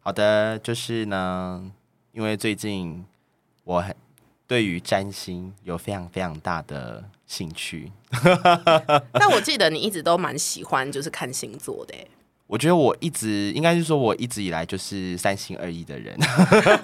好的，就是呢，因为最近我很对于占星有非常非常大的兴趣，但我记得你一直都蛮喜欢就是看星座的欸，我觉得我一直应该是说，我一直以来就是三心二意的人。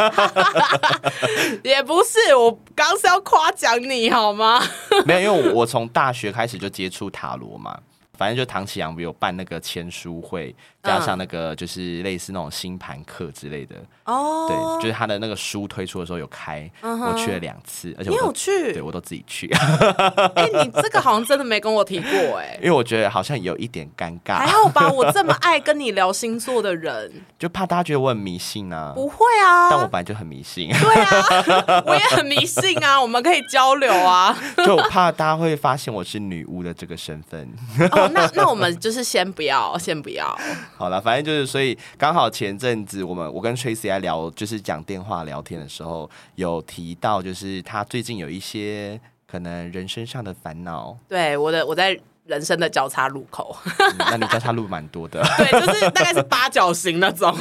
也不是，我刚是要夸奖你好吗？没有，因为我从大学开始就接触塔罗嘛，反正就唐启阳有办那个签书会，加上那个就是类似那种星盘课之类的，哦对，就是他的那个书推出的时候有开，嗯哼我去了两次，而且你我有都去对？我都自己去， 哎、你这个好像真的没跟我提过哎、 因为我觉得好像有一点尴尬，还好吧，我这么爱跟你聊星座的 人，就怕大家觉得我很迷信啊，不会但我啊，本来就很迷信， 对啊，我也很迷信 啊，我们可以交流啊。就我怕大家会发现我是女巫的这个身份。 哦， 那那我们就是先不要，先不要。，好了，反正就是，所以刚好前阵子我们我跟 Tracy 在聊，就是讲电话聊天的时候，有提到就是他最近有一些可能人身上的烦恼 对，我的我在人生的交叉路口，嗯那你交叉路蛮多的，对，就是大概是八角形那种，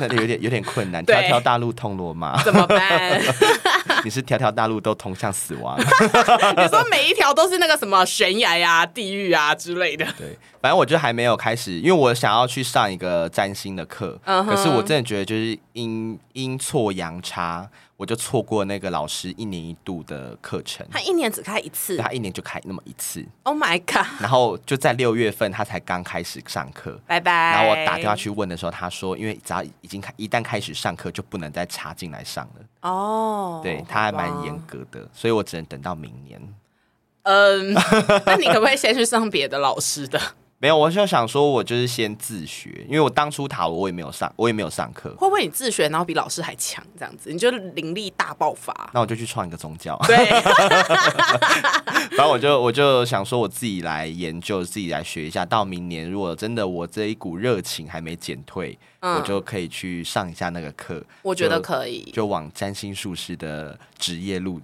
那你有点有点困难，对条条大路通罗马， 怎么办？你是条条大路都通向死亡。你说每一条都是那个什么悬崖呀、地狱啊之类的，对，反正我就还没有开始，因为我想要去上一个占星的课嗯哼可是我真的觉得就是阴阴错阳差，我就错过那个老师一年一度的课程。他一年只开一次他一年就开那么一次， ，Oh my god，然后就在六月份，他才刚开始上课。拜拜。然后我打哎电话去问的时候，他说，因为只要已经开一旦开始上课，就不能再插进来上了。哦，对，他还蛮严好吧。格的，所以我只能等到明年。嗯，那你可不可以先去上别的老师的？ 没有，我就想说，我就是先自学，因为我当初塔罗我也没有上，我也没有上课，会不会你自学，然后比老师还强，这样子你就灵力大爆发？那我就去创一个宗教。 对，反正我就我就想说，我自己来研究，自己来学一下。到明年，如果真的我这一股热情还没减退，嗯我就可以去上一下那个课。我觉得就可以。就往占星术士的职业路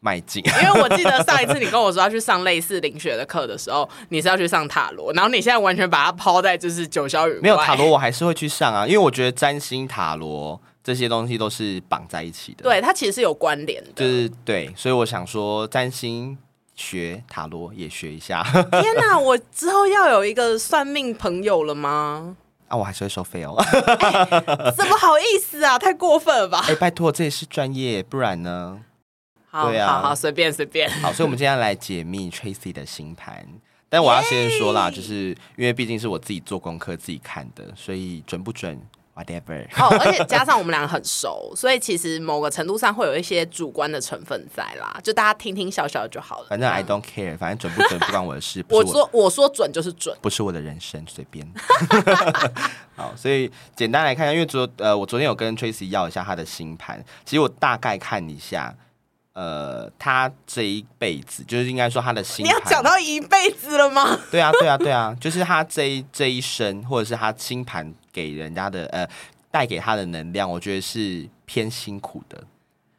迈进。 因为我记得上一次你跟我说要去上类似灵学的课的时候，你是要去上塔罗，然后你现在完全把它抛在就是九霄云外没有塔罗，，我还是会去上啊，因为我觉得占星、塔罗这些东西都是绑在一起的。，对它其实是有关联的。就是对，所以我想说，占星学塔罗也学一下 天哪，我之后要有一个算命朋友了吗？啊，我还是会收费哦。 这不好意思啊，太过分了吧？哎、拜托，这也是专业，不然呢？好、对啊好好，随便随便。好，所以我们今天来解密 Tracy 的星盘。但我要先说啦，就是因为毕竟是我自己做功课、自己看的，所以准不准，whatever。 哦，而且加上我们两个很熟，所以其实某个程度上会有一些主观的成分在啦，就大家听听笑笑就好了。反正 I don't care，反正准不准不关我的 事。不我是说我说准就是准，不是我的人生，随便。 好，所以简单来看一下，因为昨呃，我昨天有跟 Tracy 要一下他的星盘，其实我大概看一下，呃，他这一辈子就是应该说他的星你盘要，讲到一辈子了吗？对啊，对啊，对啊， 就是他这一这一生，或者是他星盘给人家的呃带给他的能量，我觉得是偏辛苦的。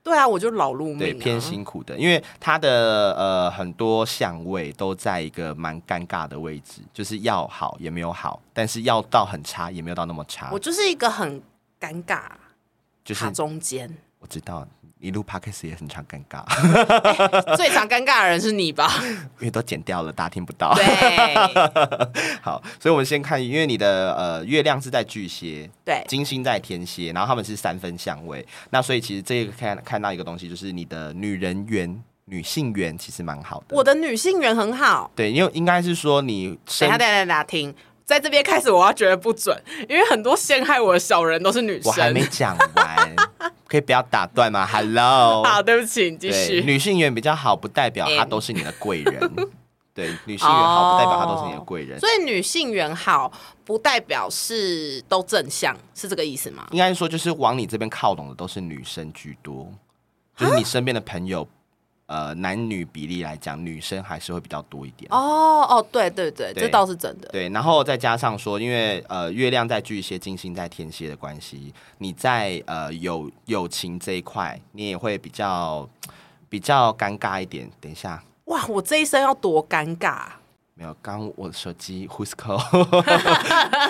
对啊，我就老路对，命、啊，偏辛苦的，因为他的呃很多相位都在一个蛮尴尬的位置，就是要好也没有好，但是要到很差也没有到那么差我，就是一个很尴尬，就是卡中间。我知道一路 p o d c a s 也很常尴 尬，最常尴尬的人是你吧？ 因为都剪掉了，大家听不到。对 好，所以我们先看，因为你的呃月亮是在巨蟹，对，金星在天蝎，然后他们是三分相位，那所以其实这个看看到一个东西，就是你的女人缘、女性缘其实蛮好的。我的女性缘很好。对，因为应该是说你等身一下，等一下，等一下，听，在这边开始我要觉得不准，因为很多陷害我的小人都是女我还没生。讲完， 可以不要打断吗？Hello， 好，哦对不起，你继对，续。女性缘比较好，不代表她嗯都是你的贵 人。对，女性缘好，不代表她都是你的贵人。所以女性缘好，不代表是都正向，是这个意思吗？应该说，就是往你这边靠拢的都是女生居多，就是你身边的朋友，呃，男女比例来讲，女生还是会比较多一点。哦哦，对对对，对这倒是真的。对，然后再加上说，因为呃，月亮在巨蟹，金星在天蝎的关系，你在呃友友情这一块，你也会比较比较尴尬一点。等一下，哇，我这一生要多尴尬！啊没有，刚我手机 Who's call，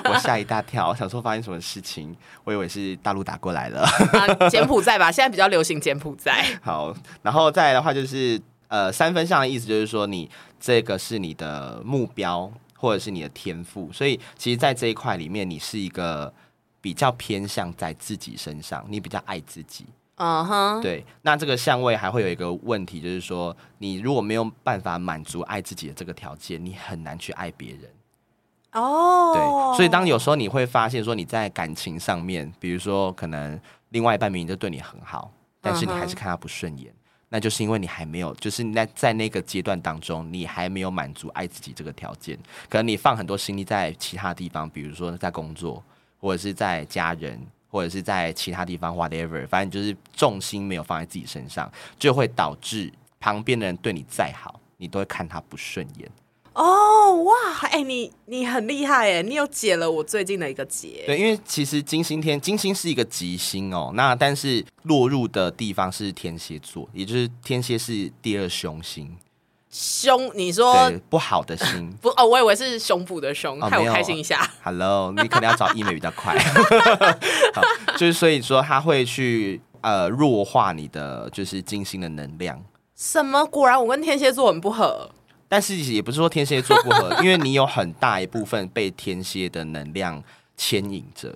我吓一大跳，我想说发生什么事情，我以为是大陆打过来了。啊，柬埔寨吧，现在比较流行柬埔寨。 好，然后再来的话就是呃，三分项的意思就是说你这个是你的目标或者是你的天赋，所以其实在这一块里面，你是一个比较偏向在自己身上，你比较爱自己。嗯哼，对，那这个相位还会有一个问题，就是说你如果没有办法满足爱自己的这个条件，你很难去爱别人。哦，对，所以当有时候你会发现说你在感情上面，比如说可能另外一半明明就对你很好，但是你还是看他不顺眼，那就是因为你还没有，就是你在在那个阶段当中，你还没有满足爱自己这个条件，可能你放很多心力在其他地方，比如说在工作，或者是在家人。或者是在其他地方，whatever，反正就是重心没有放在自己身上，就会导致旁边的人对你再好，你都会看他不顺眼。哦哇，哎、你你很厉害哎，你有解了我最近的一个结。对，因为其实金星天金星是一个吉星哦，那但是落入的地方是天蝎座，也就是天蝎是第二凶星，胸，你说。对，不好的星不？哦，我以为是胸部的胸，哦害没有我开心一下。 Hello，你 可能要找医美比较快， 好就是所以说他会去呃弱化你的就是金星的能量，什么？果然我跟天蝎座很不合。但是也不是说天蝎座不合，因为你有很大一部分被天蝎的能量牵引着，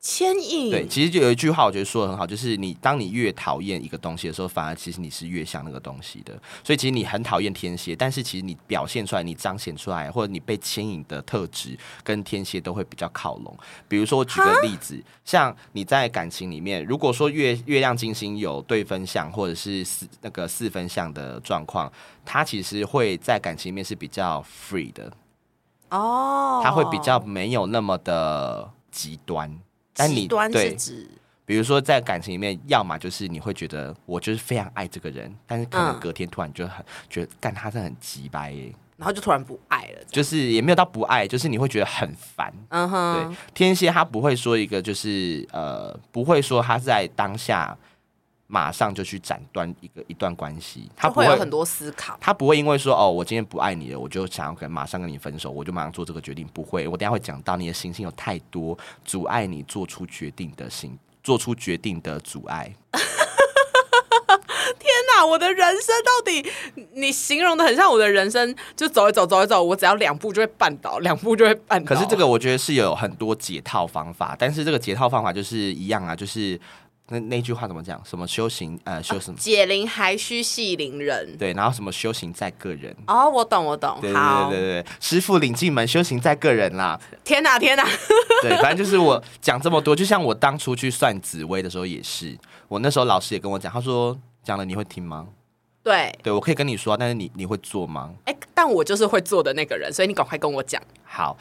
牵引，对，其实就有一句话，我觉得说的很好，就是你当你越讨厌一个东西的时候，反而其实你是越像那个东西的。所以其实你很讨厌天蝎，但是其实你表现出来、你彰显出来，或者你被牵引的特质，跟天蝎都会比较靠拢。比如说，我举个例子，像你在感情里面，如果说月月亮金星有对分相或者是四那个四分相的状况，它其实会在感情里面是比较 free 的，哦，它会比较没有那么的极端。但你极端对是指比如说在感情里面，要么就是你会觉得我就是非常爱这个人，但是可能嗯隔天突然就很、觉得干他真的很急掰耶，然后就突然不爱了。就是也没有到不爱，就是你会觉得很烦。嗯对，哼，天蝎他不会说一个就是呃，不会说他在当下马上就去斩断一个一段关系，他就不会有很会。多思考。他不会因为说哦，我今天不爱你了，我就想要跟马上跟你分手，我就马上做这个决定。不会，我等一下会讲到你的行星有太多阻碍你做出决定的行，做出决定的阻碍。天哪，我的人生到底你形容的很像我的人生，就走一走，走一走，我只要两步就会绊倒，两步就会绊倒。可是这个我觉得是有很多解套方法，但是这个解套方法就是一样啊，就是那那句话怎么讲？什么修行呃修什么、解铃还需系铃人。对，然后什么修行在个人。哦，我懂，我懂。对对好对，对对，师傅领进门，修行在个人啦。天哪，天哪，对，反正就是我讲这么多，就像我当初去算紫薇的时候也是，我那时候老师也跟我讲，他说讲了你会听吗？对。对我可以跟你说，但是你你会做吗？哎、但我就是会做的那个人，所以你赶快跟我讲。好，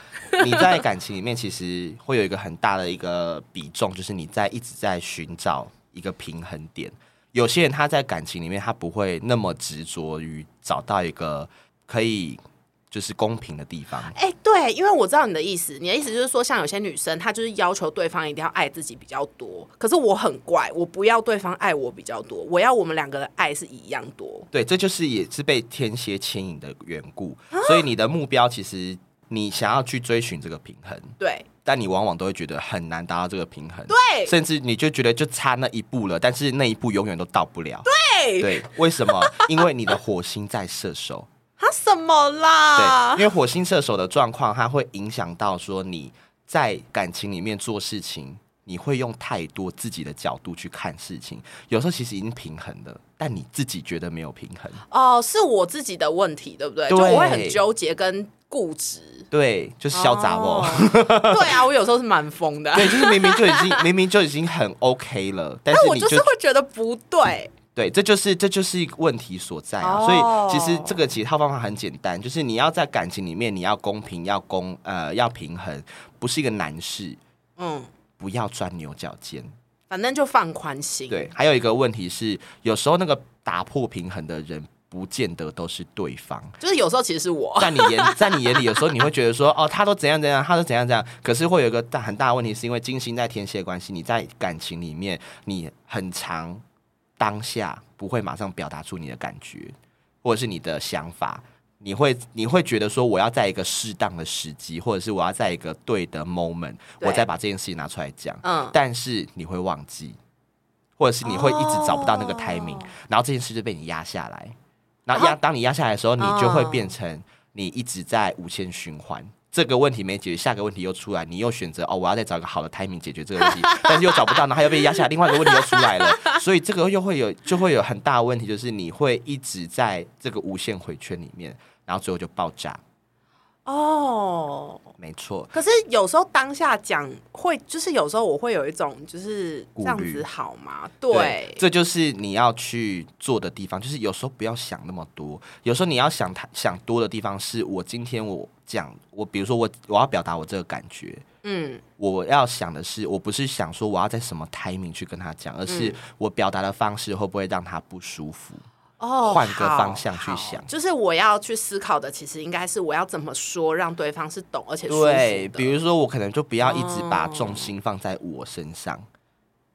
你在感情里面其实会有一个很大的一个比重，就是你在一直在寻找一个平衡点。有些人他在感情里面他不会那么执着于找到一个可以就是公平的地方，哎、对，因为我知道你的意思，你的意思就是说，像有些女生，她就是要求对方一定要爱自己比较多，可是我很怪，我不要对方爱我比较多，我要我们两个的爱是一样多。对，这就是也是被天蝎牵引的缘故。所以你的目标其实你想要去追寻这个平衡，对但你往往都会觉得很难达到这个平衡。对甚至你就觉得就差那一步了，但是那一步永远都到不了。对，对，为什 么？因为你的火星在射手。他啊什么啦？对，因为火星射手的状况，它会影响到说你在感情里面做事情，你会用太多自己的角度去看事情，有时候其实已经平衡了，但你自己觉得没有平衡。哦，是我自己的问题，对不对？对就我会很纠结跟固 执。对，就是小杂哦。对啊，我有时候是蛮疯的， 对，就是明明就已经明明就已经很 OK 了，但 但是我你就是会觉得不对。对，这就是这就是一个问题所在啊。哦所以其实这个解套方法很简单，就是你要在感情里面你要公平，要公呃要平衡，不是一个难事，嗯，不要钻牛角尖。反正就放宽心。对，还有一个问题是，有时候那个打破平衡的人，不见得都是对方。就是有时候其实 是我，在你眼，在你眼里，有时候你会觉得说，哦，他都怎样怎样，他都怎样怎样。可是会有一个大很大的问题，是因为金星在天蝎的关系，你在感情里面，你很长当下不会马上表达出你的感觉，或者是你的想法。你会你会觉得说，我要在一个适当的时机，或者是我要在一个对的 moment，对我再把这件事情拿出来讲。嗯但是你会忘记，或者是你会一直找不到那个 timing，、哦然后这件事就被你压下来。然后压、当你压下来的时候，你就会变成你一直在无限循环。这个问题没解决，下个问题又出来，你又选择哦，我要再找一个好的 timing 解决这个问题，但是又找不到，然后又被压下来，另外一个问题又出来了，所以这个又会有就会有很大的问题，就是你会一直在这个无限回圈里面，然后最后就爆炸。哦。没错，可是有时候当下讲会，就是有时候我会有一种就是这样顾虑子好吗？对，这就是你要去做的地方，就是有时候不要想那么多，有时候你要想太想多的地方是我今天我讲我，比如说我我要表达我这个感觉，嗯，我要想的是，我不是想说我要在什么 timing 去跟他讲，而嗯是我表达的方式会不会让他不舒服。哦，换个好方向去好想就是我要去思考的，其实应该是我要怎么说，让对方是懂而且舒服对，的。哦比如说我可能就不要一直把重心放在我身上，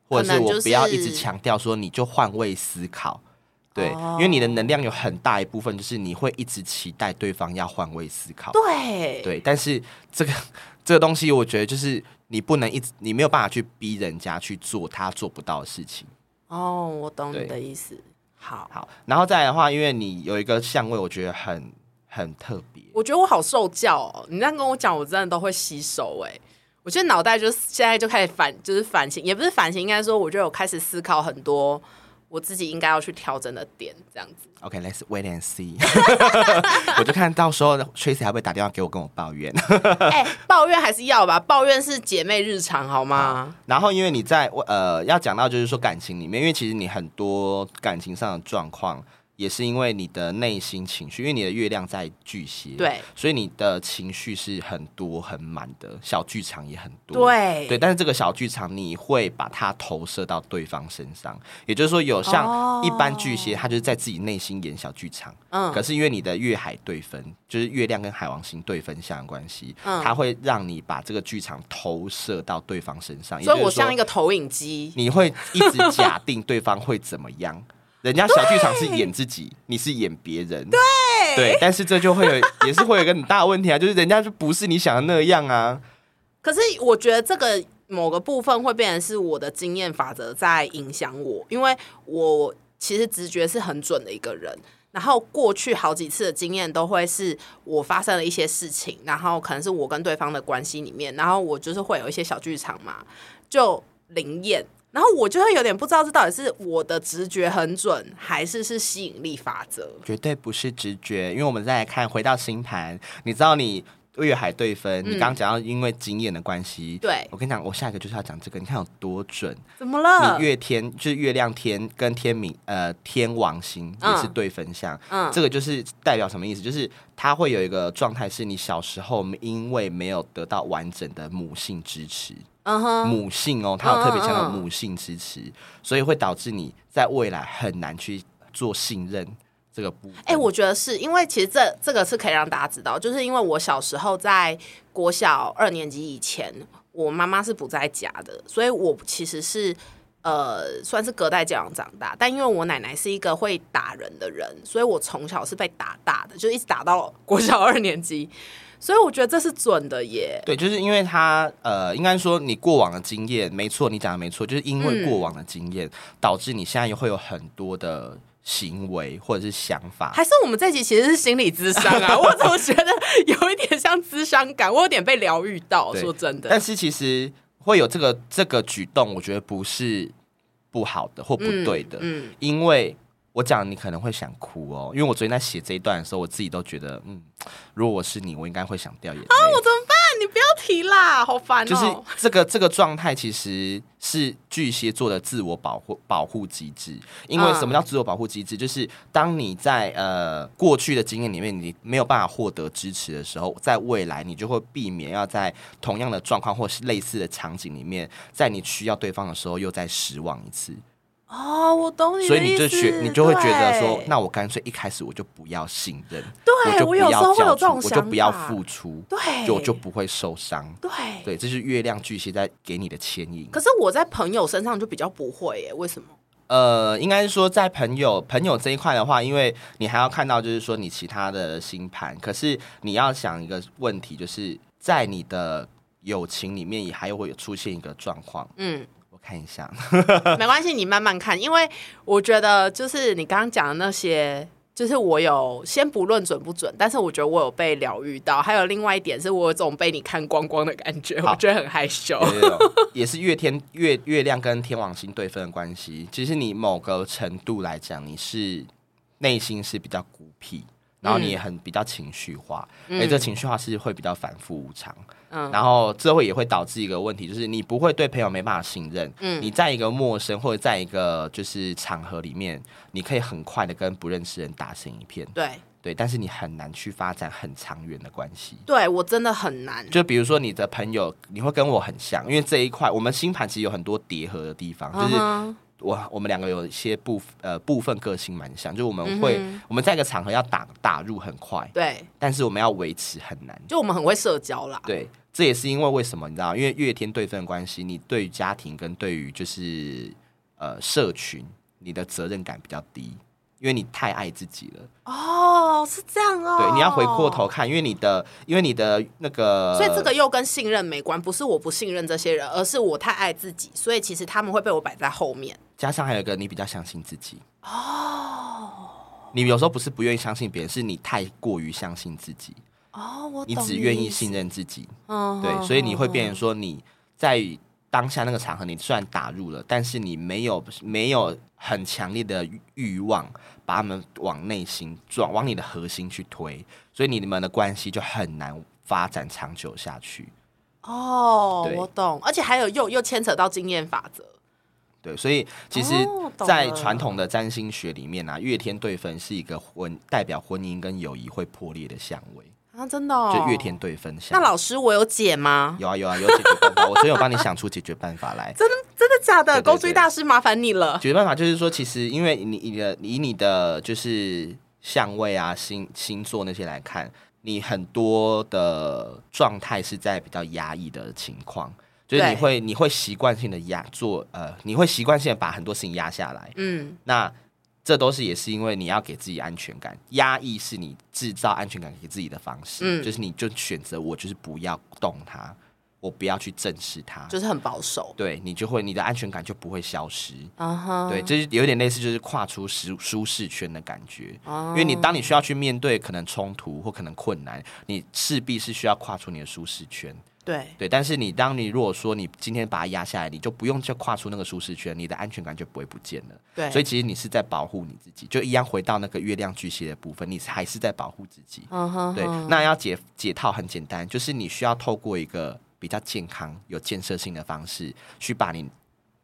或者是可能就我不要一直是强调说你就换位思考。对，哦因为你的能量有很大一部分就是你会一直期待对方要换位思考。对，对，但是这个这个东西，我觉得就是你不能一直，你没有办法去逼人家去做他做不到的事情。哦，我懂对你的意思。好，好，然后再来的话，因为你有一个相位，我觉得很很特别。我觉得我好受教哦，你这样跟我讲，我真的都会吸收哎、我觉得脑袋就是现在就开始反，就是反省，也不是反省，应该说，我就有开始思考很多我自己应该要去调整的点，这样子。 OK，let's、wait and see 。我就看到时候 Tracy 还会不会打电话给我跟我抱怨。 哎、抱怨还是要吧，抱怨是姐妹日常，好吗？然后因为你在呃要讲到就是说感情里面，因为其实你很多感情上的状况，也是因为你的内心情绪，因为你的月亮在巨蟹，对，所以你的情绪是很多很满的，小剧场也很多，对对，但是这个小剧场你会把它投射到对方身上，也就是说，有哦像一般巨蟹，他就是在自己内心演小剧场。嗯，可是因为你的月海对分，就是月亮跟海王星对分相的关系，嗯它会让你把这个剧场投射到对方身上。也所以就我是说像一个投影机。你会一直假定对方会怎么 样。人家小剧场是演自己，你是演别人，对对，但是这就会有，也是会有一个很大的问题啊，就是人家就不是你想的那样啊，可是我觉得这个某个部分会变成是我的经验法则在影响我，因为我其实直觉是很准的一个人。然后过去好几次的经验都会是我发生了一些事情，然后可能是我跟对方的关系里面，然后我就是会有一些小剧场嘛，就灵验。然后我就会有点不知道这到底是我的直觉很准，还是是吸引力法则。绝对不是直觉，因为我们再来看回到星盘，你知道你月海对分，你刚刚讲到因为经验的关系，对我跟你讲，我下一个就是要讲这个，你看有多准，怎么了你？月天就是月亮天跟天明呃天王星也是对分相，嗯这个就是代表什么意思？就是它会有一个状态，是你小时候因为没有得到完整的母性支持，嗯哼，母性哦，它有特别强调嗯嗯嗯母性支持，所以会导致你在未来很难去做信任这个部分。哎、我觉得是因为其实这这个是可以让大家知道，就是因为我小时候在国小二年级以前，我妈妈是不在家的，所以我其实是呃算是隔代教养长大。但因为我奶奶是一个会打人的人，所以我从小是被打大的，就一直打到国小二年级，所以我觉得这是准的耶。对，就是因为他呃，应该说你过往的经验，没错，你讲的没错，就是因为嗯过往的经验、导致你现在会有很多的行为或者是想法。还是我们这集其实是心理咨商啊，我怎么觉得有一点像咨商感，我有点被疗愈到。对说真的，但是其实会有这个这个举动，我觉得不是不好的或不对的，嗯，嗯因为我讲你可能会想哭哦，因为我昨天在写这一段的时候，我自己都觉得，嗯，如果我是你，我应该会想掉眼泪。啊我怎么办？你不要提啦，好烦哦、就是这个这个状态其实是巨蟹座的自我保护保护机制，因为嗯什么叫自我保护机制？就是当你在呃过去的经验里面你没有办法获得支持的时候，在未来你就会避免要在同样的状况或是类似的场景里面，在你需要对方的时候又再失望一次，哦，我懂你所的以你意就思，觉你就会觉得说对，那我干脆一开始我就不要信任，对就不我有要时候会有交这出，种我想法，就不要付出，对，就我就不会受伤。对对，这是月亮巨蟹在给你的牵引。可是我在朋友身上就比较不会耶，为什么？ 呃，应该是说在朋友朋友这一块的话，因为你还要看到就是说你其他的星盘，可是你要想一个问题，就是在你的友情里面也还会有出现一个状况。嗯，我看一下，没关系，你慢慢看，因为我觉得就是你刚刚讲的那些，就是我有先不论准不准，但是我觉得我有被疗愈到，还有另外一点是我有种被你看光光的感觉，好我觉得很害羞。有有有也是月天月月亮跟天王星对分的关系。其实你某个程度来讲，你是内心是比较孤僻，然后你也很比较情绪化，而且这情绪化是会比较反复无常。嗯然后这会也会导致一个问题，就是你不会对朋友没办法信任。嗯你在一个陌生或者在一个就是场合里面，你可以很快的跟不认识人打成一片，对，对，但是你很难去发展很长远的关系。对我真的很难。就比如说你的朋友，你会跟我很像，因为这一块我们星盘其实有很多叠合的地方，就是嗯哼我我们两个有一些部呃部分个性蛮像，就是我们会、嗯我们在一个场合要打打入很快，对，但是我们要维持很难。就我们很会社交啦。对，这也是因为为什么你知道？因为月天对分的关系，你对于家庭跟对于就是呃社群，你的责任感比较低，因为你太爱自己了。哦，是这样哦。对，你要回过。头看，因为你的因为你的那个，所以这个又跟信任没关，不是我不信任这些人，而是我太爱自己，所以其实他们会被我摆在后面。加上还有一个，你比较相信自己。哦，你有时候不是不愿意相信别人，是你太过于相信自己，哦，我你懂只愿意意思，信任自己。嗯对，所以你会变成说你在当下那个场合，你虽然打入了，但是你没有没有很强烈的欲望把他们往内心撞，往你的核心去推，所以你们的关系就很难发展长久下去。哦，对我懂，而且还有又又牵扯到经验法则，对，所以其实哦，懂在了传统的占星学里面啊，月天对分是一个婚代表婚姻跟友谊会破裂的相位，啊，真的、哦，就月天。对分相那。老师，我有解吗？ 有啊有啊有解决办法，我所以有帮你想出解决办法 来。真的真的假对对的？对勾追大师，麻烦你了。解决办法就是说，其实因为你你的以你的就是相位啊、星星座那些来看，你很多的状态是在比较压抑的情况，就是你对会你会习惯性的压做呃，你会习惯性的把很多事情压下来。嗯，那这都是也是因为你要给自己安全感，压抑是你制造安全感给自己的方式，嗯就是你就选择我就是不要动它，我不要去正视它，就是很保守。对你就会你的安全感就不会消失。啊哈，对，就是有点类似，就是跨出舒舒适圈的感觉。哦因为你当你需要去面对可能冲突或可能困难，你势必是需要跨出你的舒适圈。对对，但是你当你如果说你今天把它压下来，你就不用去跨出那个舒适圈，你的安全感就不会不见了。对，所以其实你是在保护你自己，就一样回到那个月亮巨蟹的部分，你还是在保护自己。嗯哼，对，那要解解套很简单，就是你需要透过一个比较健康、有建设性的方式，去把你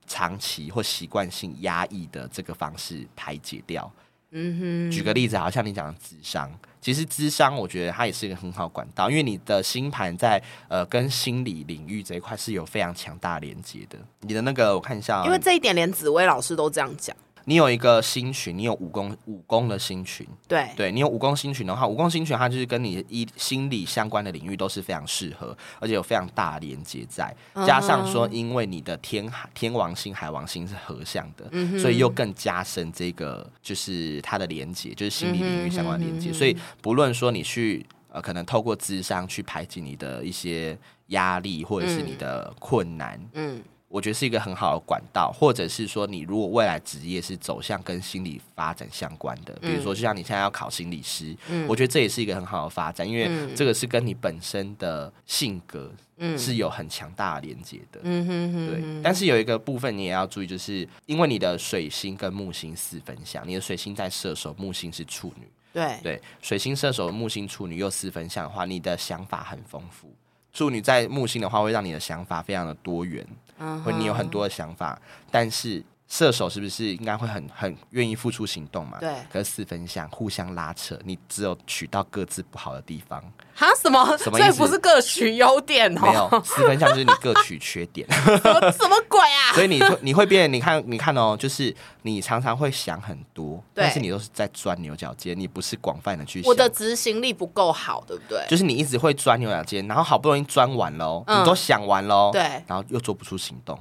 长期或习惯性压抑的这个方式排解掉。嗯举个例子，好像你讲的智商，其实智商我觉得它也是一个很好管道，因为你的星盘在呃跟心理领域这一块是有非常强大的连接的。你的那个我看一下、哼，啊，因为这一点连紫薇老师都这样讲。你有一个星群，你有武功武功的星群，对，对你有武功星群的话，武功星群它就是跟你一心理相关的领域都是非常适合，而且有非常大的连接在。加上说，因为你的天海天王星、海王星是合相的，所以又更加深这个就是它的连接，就是心理领域相关的连接。所以不论说你去呃，可能透过智商去排解你的一些压力或者是你的困难，嗯，我觉得是一个很好的管道，或者是说，你如果未来职业是走向跟心理发展相关的，比如说，就像你现在要考心理师，我觉得这也是一个很好的发展，因为这个是跟你本身的性格是有很强大的连接的。嗯哼哼，对，但是有一个部分你也要注意，就是因为你的水星跟木星四分相，你的水星在射手，木星是处女，对，对，水星射手、木星处女又四分相的话，你的想法很丰富。处女在木星的话，会让你的想法非常的多元，嗯会你有很多的想法。但是射手是不是应该会很很愿意付出行动嘛？对可是四分相互相拉扯，你只有取到各自不好的地方，哈什么？什么意所以思不是各取优点没哦，有四分相就是你各取缺点。 什么鬼啊？所以你你会变，你看你看哦，就是你常常会想很多，对但是你都是在钻牛角尖，你不是广泛的去想。 我的执行力不够好，对不对？就是你一直会钻牛角尖，然后好不容易钻完喽，嗯你都想完喽，哦对然后又做不出行动，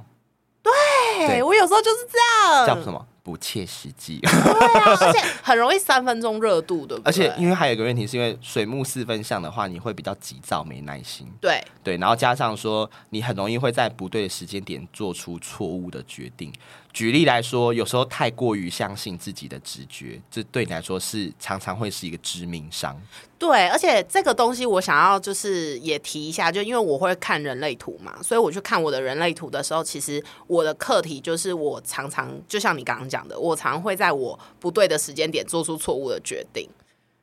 哎对，我有时候就是这叫样。什么？不切实际。嗯对啊，而且很容易三分钟热度，对不对？而且因为还有一个问题，是因为水木四分相的话，你会比较急躁、没耐心，对对，然后加上说你很容易会在不对的时间点做出错误的决定。举例来说，有时候太过于相信自己的直觉，这对你来说是常常会是一个致命伤。对，而且这个东西我想要就是也提一下，就因为我会看人类图嘛，所以我去看我的人类图的时候，其实我的课题就是我常常就像你刚刚讲的，我常会在我不对的时间点做出错误的决定。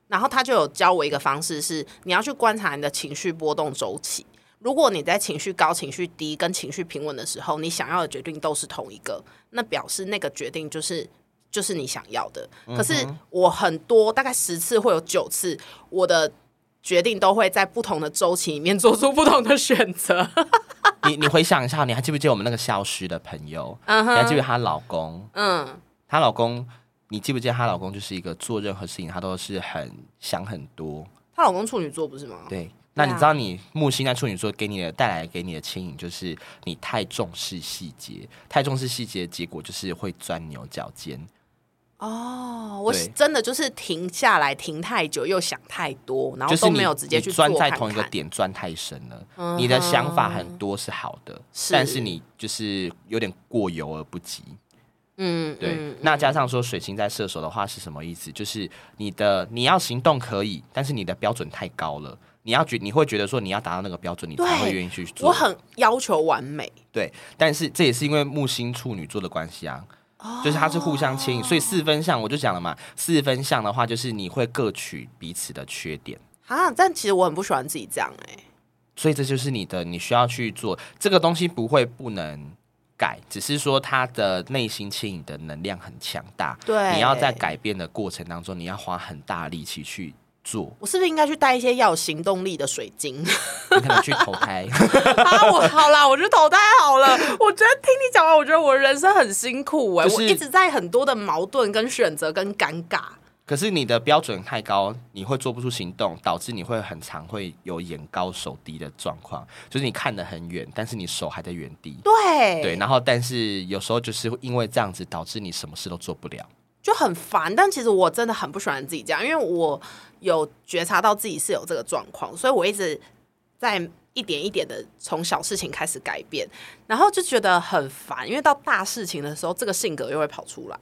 然后他就有教我一个方式是，你要去观察你的情绪波动周期。如果你在情绪高、情绪低跟情绪平稳的时候，你想要的决定都是同一个，那表示那个决定就是就是你想要的。可是我很多大概十次会有九次，我的决定都会在不同的周期里面做出不同的选择。你你回想一下，你还记不记得我们那个消失的朋友？嗯你还哼，记不记得她老公？嗯，她老公，你记不记得她老公就是一个做任何事情他都是很想很多。 她老公处女座不是吗？对，那你对啊知道你木星在处女座给你的带来给你的牵引，就是你太重视细节，太重视细节，结果就是会钻牛角尖。哦，我对真的就是停下来停太久，又想太多，然后就是都你没有直接去你钻做在看同一个看嗯点钻太深了，你的想法很多是好的，是但是你就是有点过犹而不及。嗯，对，嗯那加上说水星在射手的话是什么意思？就是你的你要行动可以，但是你的标准太高了。你要觉你会觉得说你要达到那个标准，你才对会愿意去我做。很要求完美。对，但是这也是因为木星处女座的关系啊，哦就是它是互相牵引，所以四分相我就讲了嘛，四分相的话就是你会各取彼此的缺点。啊，但其实我很不喜欢自己这样哎、所以这就是你的，你需要去做这个东西，不会不能改，只是说他的内心牵引的能量很强大。对你要在改变的过程当中，你要花很大力气去做，我是不是应该去带一些要有行动力的水晶？ 你可能去投胎。啊，我好啦，我就投胎好了。 我觉得听你讲完，我觉得我人生很辛苦哎、就是我一直在很多的矛盾、跟选择、跟尴尬。可是你的标准太高，你会做不出行动，导致你会很常会有眼高手低的状况，就是你看得很远，但是你手还在原地。对，对，然后但是有时候就是因为这样子，导致你什么事都做不了。就很烦。但其实我真的很不喜欢自己这样，因为我有觉察到自己是有这个状况，所以我一直在一点一点的从小事情开始改变，然后就觉得很烦，因为到大事情的时候，这个性格又会跑出来。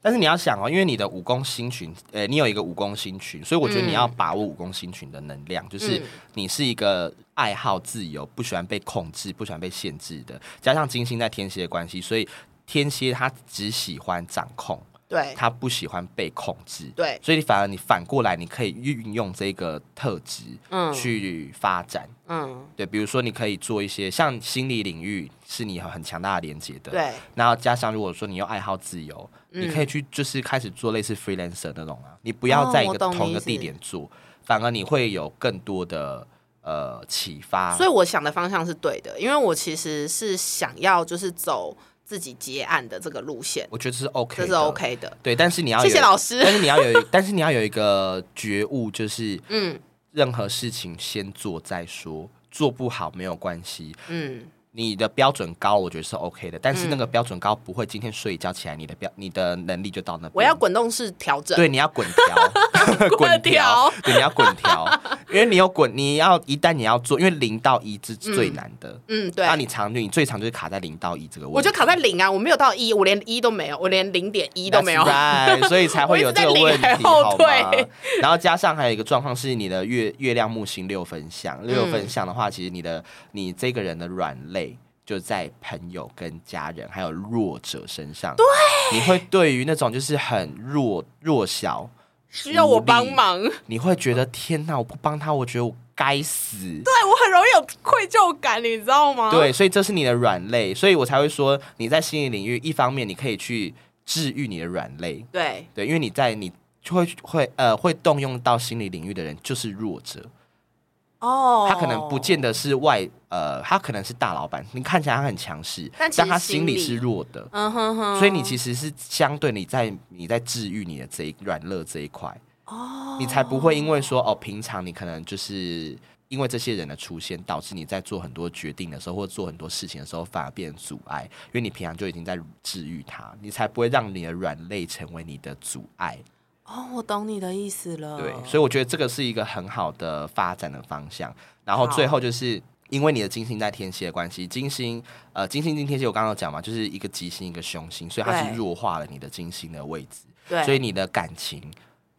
但是你要想哦，因为你的武功星群，呃，你有一个武功星群，所以我觉嗯得你要把握武功星群的能量，就是你是一个爱好自由、不喜欢被控制、不喜欢被限制的，加上金星在天蝎的关系，所以天蝎他只喜欢掌控，对他不喜欢被控制。对，所以你反而你反过来，你可以运用这个特质嗯去发展。嗯，对，比如说你可以做一些像心理领域是你很强大的连接的，对。然后加上，如果说你又爱好自由，嗯你可以去就是开始做类似 freelancer 那种啊，你不要在一个哦我懂你同一个意思地点做，反而你会有更多的呃启发。所以我想的方向是对的，因为我其实是想要就是走自己结案的这个路线，我觉得这是 OK，这的是 OK 的。对，但是你要谢谢有老师但是你要有， 但是你要有一个觉悟，就是嗯任何事情先做再说，做不好没有关系。嗯，你的标准高，我觉得是 OK 的，但是那个标准高不会今天睡一觉起来，你的标你的能力就到那边。我要滚动式调整。对，你要滚 条， 滚条，对，你要滚条，因为你有滚，你要一旦你要做，因为零到一是最难的。嗯，对。那、你常就你最常就是卡在零到一这个我问题，就卡在零啊，我没有到一，我连一都没有，我连零点一都没有。 That's right，所以才会有这个我一问直在题，零还好后吗退？然后加上还有一个状况是你的月月亮木星六分相，嗯六分相的话，其实你的你这个人的软肋。就在朋友跟家人还有弱者身上，对，你会对于那种就是很弱弱小， 需要我帮忙， 对你会觉得嗯天哪，我不帮他，我觉得我该死。我很容易有愧疚感，你知道吗？，对，所以这是你的软肋，所以我才会说你在心理领域，一方面你可以去治愈你的软肋，对，对，因为你在你就会会呃会动用到心理领域的人就是弱者，哦，他可能不，见得是外呃，他可能是大老板，你看起来他很强势，但但其实他心里心是里弱的，嗯哼哼，所以你其实是相对你在你在治愈你的这一软肋这一块，哦，你才不会因为说哦，平常你可能就是因为这些人的出现，导致你在做很多决定的时候，或做很多事情的时候，反而变成阻碍，因为你平常就已经在治愈它，你才不会让你的软肋成为你的阻碍。哦，我懂你的意思了。对，所以我觉得这个是一个很好的发展的方向。然后最后就是因为你的金星在天蝎的关系，金星呃金星进天蝎，我刚刚有讲嘛，就是一个吉星一个凶星，所以它对是弱化了你的金星的位置，对，所以你的感情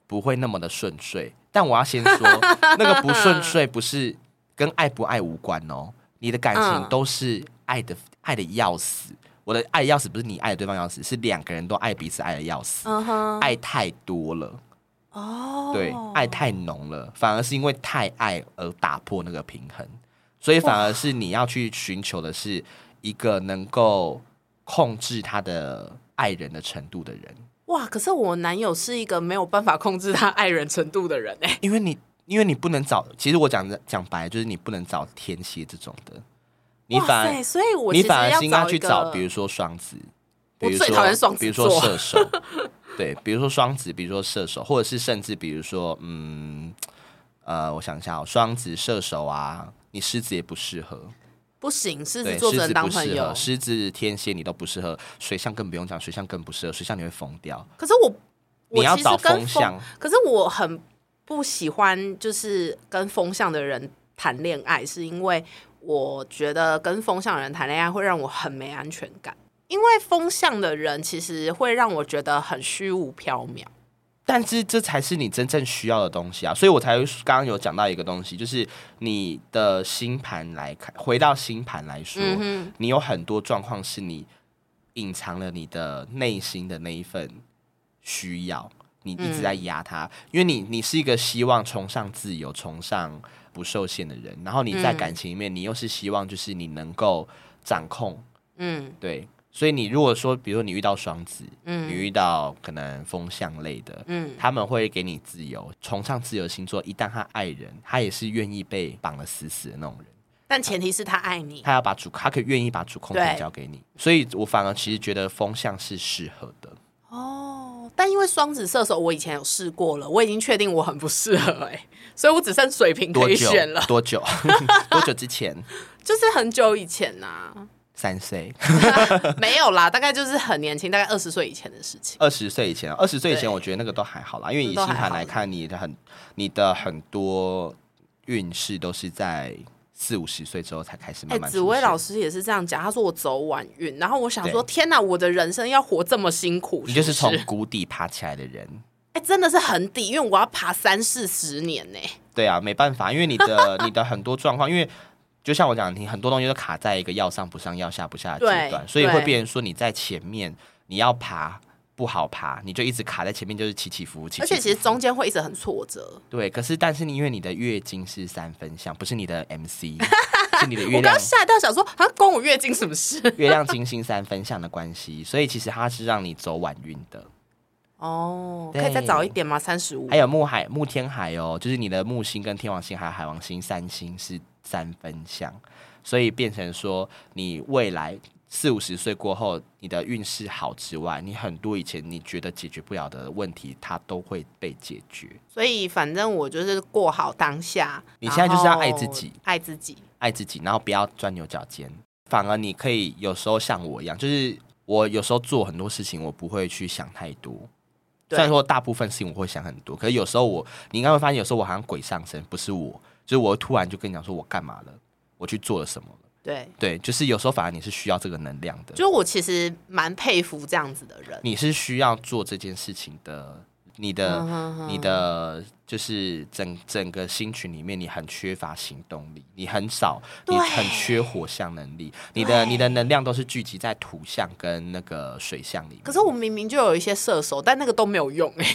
不会那么的顺遂。但我要先说， 那个不顺遂不是跟爱不爱无关哦，你的感嗯情都是爱的爱的要死。我的爱得要死不是你爱对方要死，是两个人都爱彼此爱的要死，嗯哼，爱太多了。哦，对，爱太浓了，反而是因为太爱而打破那个平衡，所以反而是你要去寻求的是一个能够控制他的爱人的程度的人，哇！可是我男友是一个没有办法控制他爱人程度的人哎、因为你因为你不能找，其实我讲的讲白了就是你不能找天蝎这种的，你哇塞，反而所以我你其实反而要是应该一去个找，比如说双子，我比如最说讨厌双子比如说座 射手，对，比如说双子，比如说射手，或者是甚至比如说嗯呃，我想一下、哦，双子、射手啊，你狮子也不适合，不行，狮子对，座狮只能子当不朋适友合，。狮子、天蝎你都不适合，水象更不用讲，水象更不适合，水象你会疯掉，可是我，我你要其实找跟风向，可是我很不喜欢，就是跟风向的人谈恋爱，是因为我觉得跟风向的人谈恋爱会让我很没安全感，因为风向的人其实会让我觉得很虚无缥缈。但是这才是你真正需要的东西啊，所以我才会刚刚有讲到一个东西，就是你的星盘来看，回到星盘来说，嗯哼，你有很多状况是你隐藏了你的内心的那一份需要，你一直在压它，嗯因为你你是一个希望崇尚自由、崇尚不受限的人，然后你在嗯感情里面，你又是希望就是你能够掌控，嗯对，所以你如果说，比如说你遇到双子，你嗯遇到可能风象类的。嗯，他们会给你自由，崇尚自由星座。一旦他爱人，他也是愿意被绑得死死的那种人。但前提是他爱你。他要把主，他可以愿意把主控权对交给你，所以我反而其实觉得风向是适合的。哦，但因为双子射手，我以前有试过了，我已经确定我很不适合哎、所以我只剩水瓶多可以久选了？，多久？ 多久之前？就是很久以前呐、三岁， 没有啦，大概就是很年轻，大概二十岁以前的事情。二十岁以前，二十岁以对前，我觉得那个都还好啦，因为以都星还盘好来看，你的很，你的很多运势都是在四五十岁之后才开始哎、慢慢出紫现。薇老师也是这样讲，他说我走晚运，然后我想说，对天哪，我的人生要活这么辛苦，你就是是不从是谷底爬起来的人。哎、真的是很底，因为我要爬三四十年呢、对啊，没办法，因为你 的你的很多状况，因为就像我讲，你很多东西都卡在一个要上不上、要下不下的对阶段，所以会对变成说你在前面你要爬不好爬，你就一直卡在前面，就是起起伏伏。起起而且其伏实伏中间会一直很挫折。对，可是但是你因为你的月经是三分相，不是你的 MC，是你的我月刚亮刚吓到，想说啊，关我月经什么事？ 月亮金星三分相的关系，所以其实它是让你走晚运的。哦，对哎可以再早一点吗？三十五还。有木海木天海哦，就是你的木星跟天王星还有海王星三星是三分相，所以变成说你未来四五十岁过后，你的运势好之外，你很多以前你觉得解决不了的问题，它都会被解决。所以反正我就是过好当下。你现在就是要然后爱自己，爱自己。爱自己，然后不要钻牛角尖。反而你可以有时候像我一样，就是我有时候做很多事情，我不会去想太多。对虽然说大部分事情我会想很多，可是有时候我，你应该会发现，有时候我好像鬼上身，不是我，就是我突然就跟你讲说我干嘛了，我去做了什么了。对，对，就是有时候反而你是需要这个能量的，就我其实蛮佩服这样子的人。你是需要做这件事情的，你嗯的、你的就是整整个星群里面，你很缺乏行动力，你很少，对你很缺火象能力，你的对你的能量都是聚集在土象跟那个水象里面。可是我明明就有一些射手，但那个都没有用哎、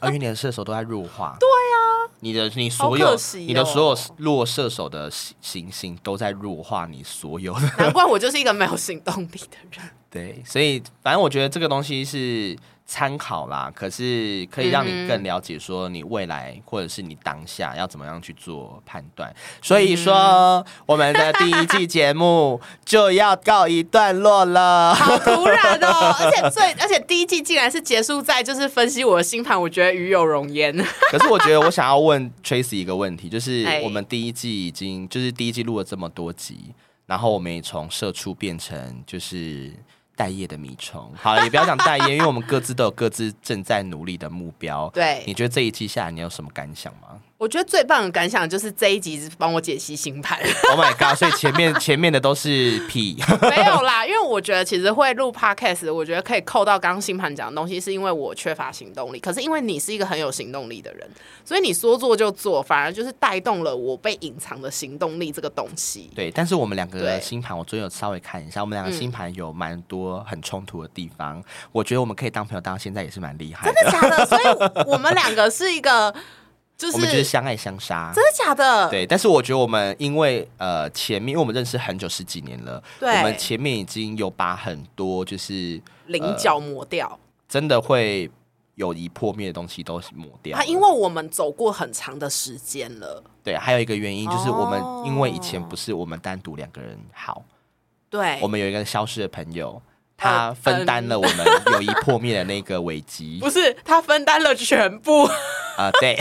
而且你的射手都在弱化，对啊，你的你所好可有、惜哦你的所有弱射手的行行星都在弱化你所有的。难怪我就是一个没有行动力的人。对，所以反正我觉得这个东西是参考啦，可是可以让你嗯更了解说你未来或者是你当下要怎么样去做判断。所以嗯说， 我们的第一季节 目就要告一段落了。好突然哦！而且最，而且第一季竟然是结束在就是分析我的星盘，我觉得与有容焉。 可是我觉得我想要问 Tracy 一个问题，就是哎我们第一季已经就是第一季录了这么多集，然后我们也从社畜变成就是待业的米虫。好了，也不要讲待业，因为我们各自都有各自正在努力的目标。你 对，觉得这一季下来你有什么感想吗 我觉得最棒的感想就是这一集是帮我解析星盘， ？Oh my god！所以前面前面的都是屁， 没有啦，因为我觉得其实会录 podcast，我觉得可以扣到刚刚星盘讲的东西，是因为我缺乏行动力。可是因为你是一个很有行动力的人，所以你说做就做，反而就是带动了我被隐藏的行动力这个东西。对。但是我们两个的对星盘，我昨天有稍微看一下，我们两个嗯星盘有蛮多很冲突的地方。我觉得我们可以当朋友，当到现在也是蛮厉害真的。的假的？所以我们两个是一个，就是我们就是相爱相杀，真的假的？对，但是我觉得我们因为呃前面，因为我们认识很久十几年了，对我们前面已经有把很多就是菱角磨掉、真的会友谊破灭的东西都抹掉了。啊，因为我们走过很长的时间了。对，还有一个原因就是我们哦因为以前不是我们单独两个人好，对我，们有一个消失的朋友，呃他分担了我们友谊破灭的那个危机不是他分担了全部。啊、对。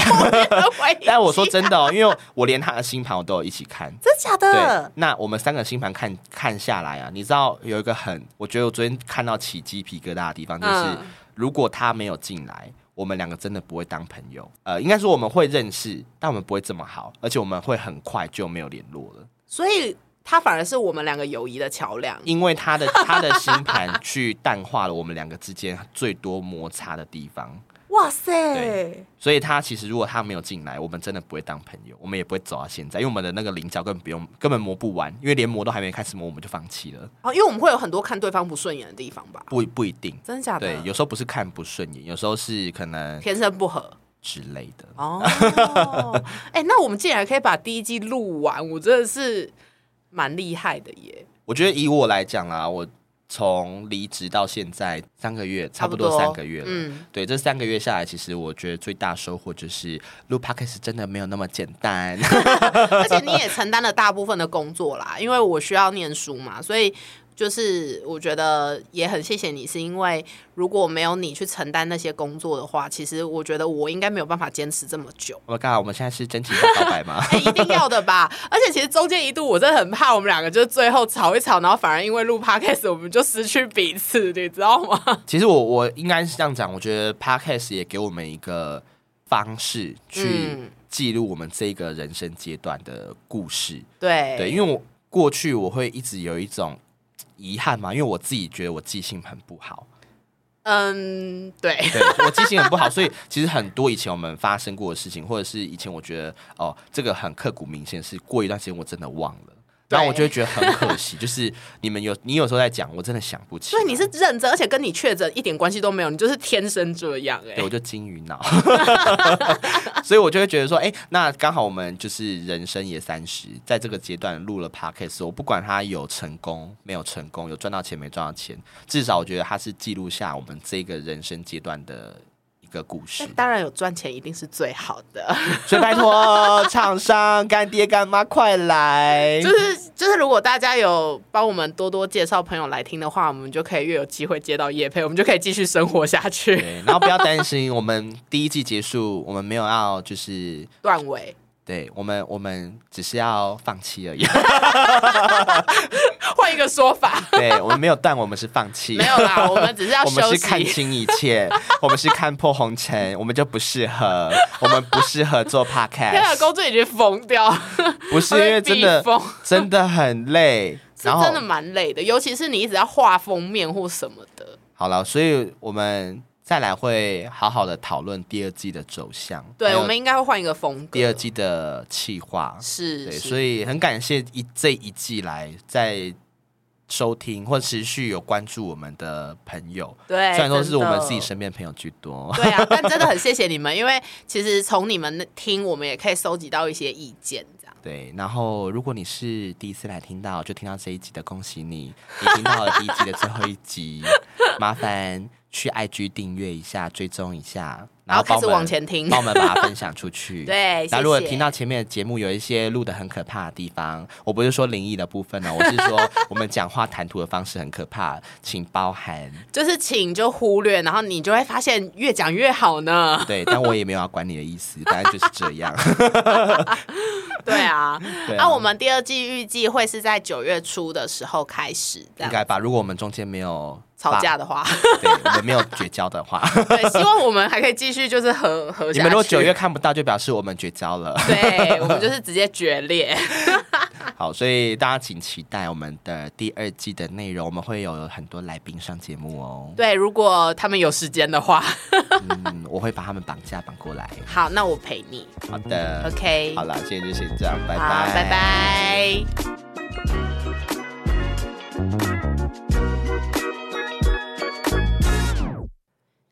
但 我说真的哦，因为我连他的星盘我都有一起看，嗯真的假对的，？那我们三个星盘看看下来啊，你知道有一个很，我觉得我昨天看到起鸡皮疙瘩的地方，就是、嗯如果他没有进来，我们两个真的不会当朋友。呃，应该说我们会认识，但我们不会这么好，而且我们会很快就没有联络了，所以他反而是我们两个友谊的桥梁。因为他的他的星盘去淡化了我们两个之间最多摩擦的地方。哇塞对！所以他其实如果他没有进来，我们真的不会当朋友，我们也不会走到现在，因为我们的那个棱角根本不用，根本磨不完，因为连磨都还没开始磨，我们就放弃了。哦，因为我们会有很多看对方不顺眼的地方吧？不不一定，真的假的？对，有时候不是看不顺眼，有时候是可能天生不合。之类的。 哦，哎、那我们竟然可以把第一季录完，我真的是蛮厉害的耶！我觉得以我来讲啦，我从离职到现在三个月，差不多三个月了。嗯，对，这三个月下来，其实我觉得最大收获就是录 podcast 真的没有那么简单。 而且你也承担了大部分的工作啦，因为我需要念书嘛，所以就是我觉得也很谢谢你，是因为如果没有你去承担那些工作的话，其实我觉得我应该没有办法坚持这么久。我刚好我们现在是真情话告白吗？哎、一定要的吧！而且其实中间一度我真的很怕我们两个就是最后吵一吵，然后反而因为录 podcast 我们就失去彼此，你知道吗？其实我我应该是这样讲，我觉得 podcast 也给我们一个方式去嗯记录我们这个人生阶段的故事。对对，因为我过去我会一直有一种遗憾嘛，因为我自己觉得我记性很不好，嗯，对，对我记性很 不好，所以其实很多以前我们发生过的事情，或者是以前我觉得哦这个很刻骨铭心，是过一段时间我真的忘了。然后我就会觉得很可惜，就是你们有你有时候在讲，我真的想不起所来。以你是认真，而且跟你确诊一点关系都没有，你就是天生这样哎、对，我就金鱼脑， 所以我就会觉得说，哎、那刚好我们就是人生也三十，在这个阶段录了 podcast，我不管他有成功没有成功，有赚到钱没赚到钱，至少我觉得它是记录下我们这个人生阶段的一个故事 但。当然有赚钱一定是最好的，所以拜托厂商干爹干妈快来 就！是就是如果大家有帮我们多多介绍朋友来听的话，我们就可以越有机会接到叶配，我们就可以继续生活 下去。对，然后不要担心，我们第一季结束，我们没有要就是段尾，对我们我们只是要放弃而已。 换一个说法， 对，我们没有断，我们是放弃。没有啦，我们只是要 我们休是看息。清一切，我们是看破红尘，我们就不适合，我们不适合做 天啊， podcast，工作已经疯掉，不 是因为真 的疯， 真的很累， 是然后真的蛮累的，尤其是你一直要画封面或什么的。好了，所以我们再来会好好的讨论第二季的走向，还对，有我们应该会换一个风格。第二季的企划，是，对，是所以很感谢一这一季来在收听或持续有关注我们的朋友，对，虽然说是我们真的自己身边的朋友居多。对 啊，但真的很谢谢你们，因为其实从你们那听，我们也可以收集到一些意见，这样。对，然后如果你是第一次来听到，就听到这一集的，恭喜你，你听到了第一集的最后一集，麻烦去 IG 订阅一下，追踪一下，然后开帮始我们往前 听帮我们把它分享出去。 对，然后如果谢谢听到前面的节目有一些录的很可怕的地方，我不是说灵异的部分呢，哦我是说我们讲话谈吐的方式很可怕，请包涵。就是请就忽略，然后你就会发现越讲越好呢。对，但我也没有要管你的意思，反正就是这样。 对啊，对那、我们第二季预计会是在九月初的时候开始，应这样该吧？如果我们中间没有吵发，架的话， 对，我们没有绝交的话，对，希望我们还可以继续就是和和你下们如果去九月看不到，就表示我们绝交了。 对，我们就是直接决裂。好，所以大家请期待我们的第二季的内容，我们会有很多来宾上节目哦。对，如果他们有时间的话， 嗯，我会把他们绑架绑过来。好，那我陪你。好的 OK，好了，今天就先这样，拜好拜，拜。拜。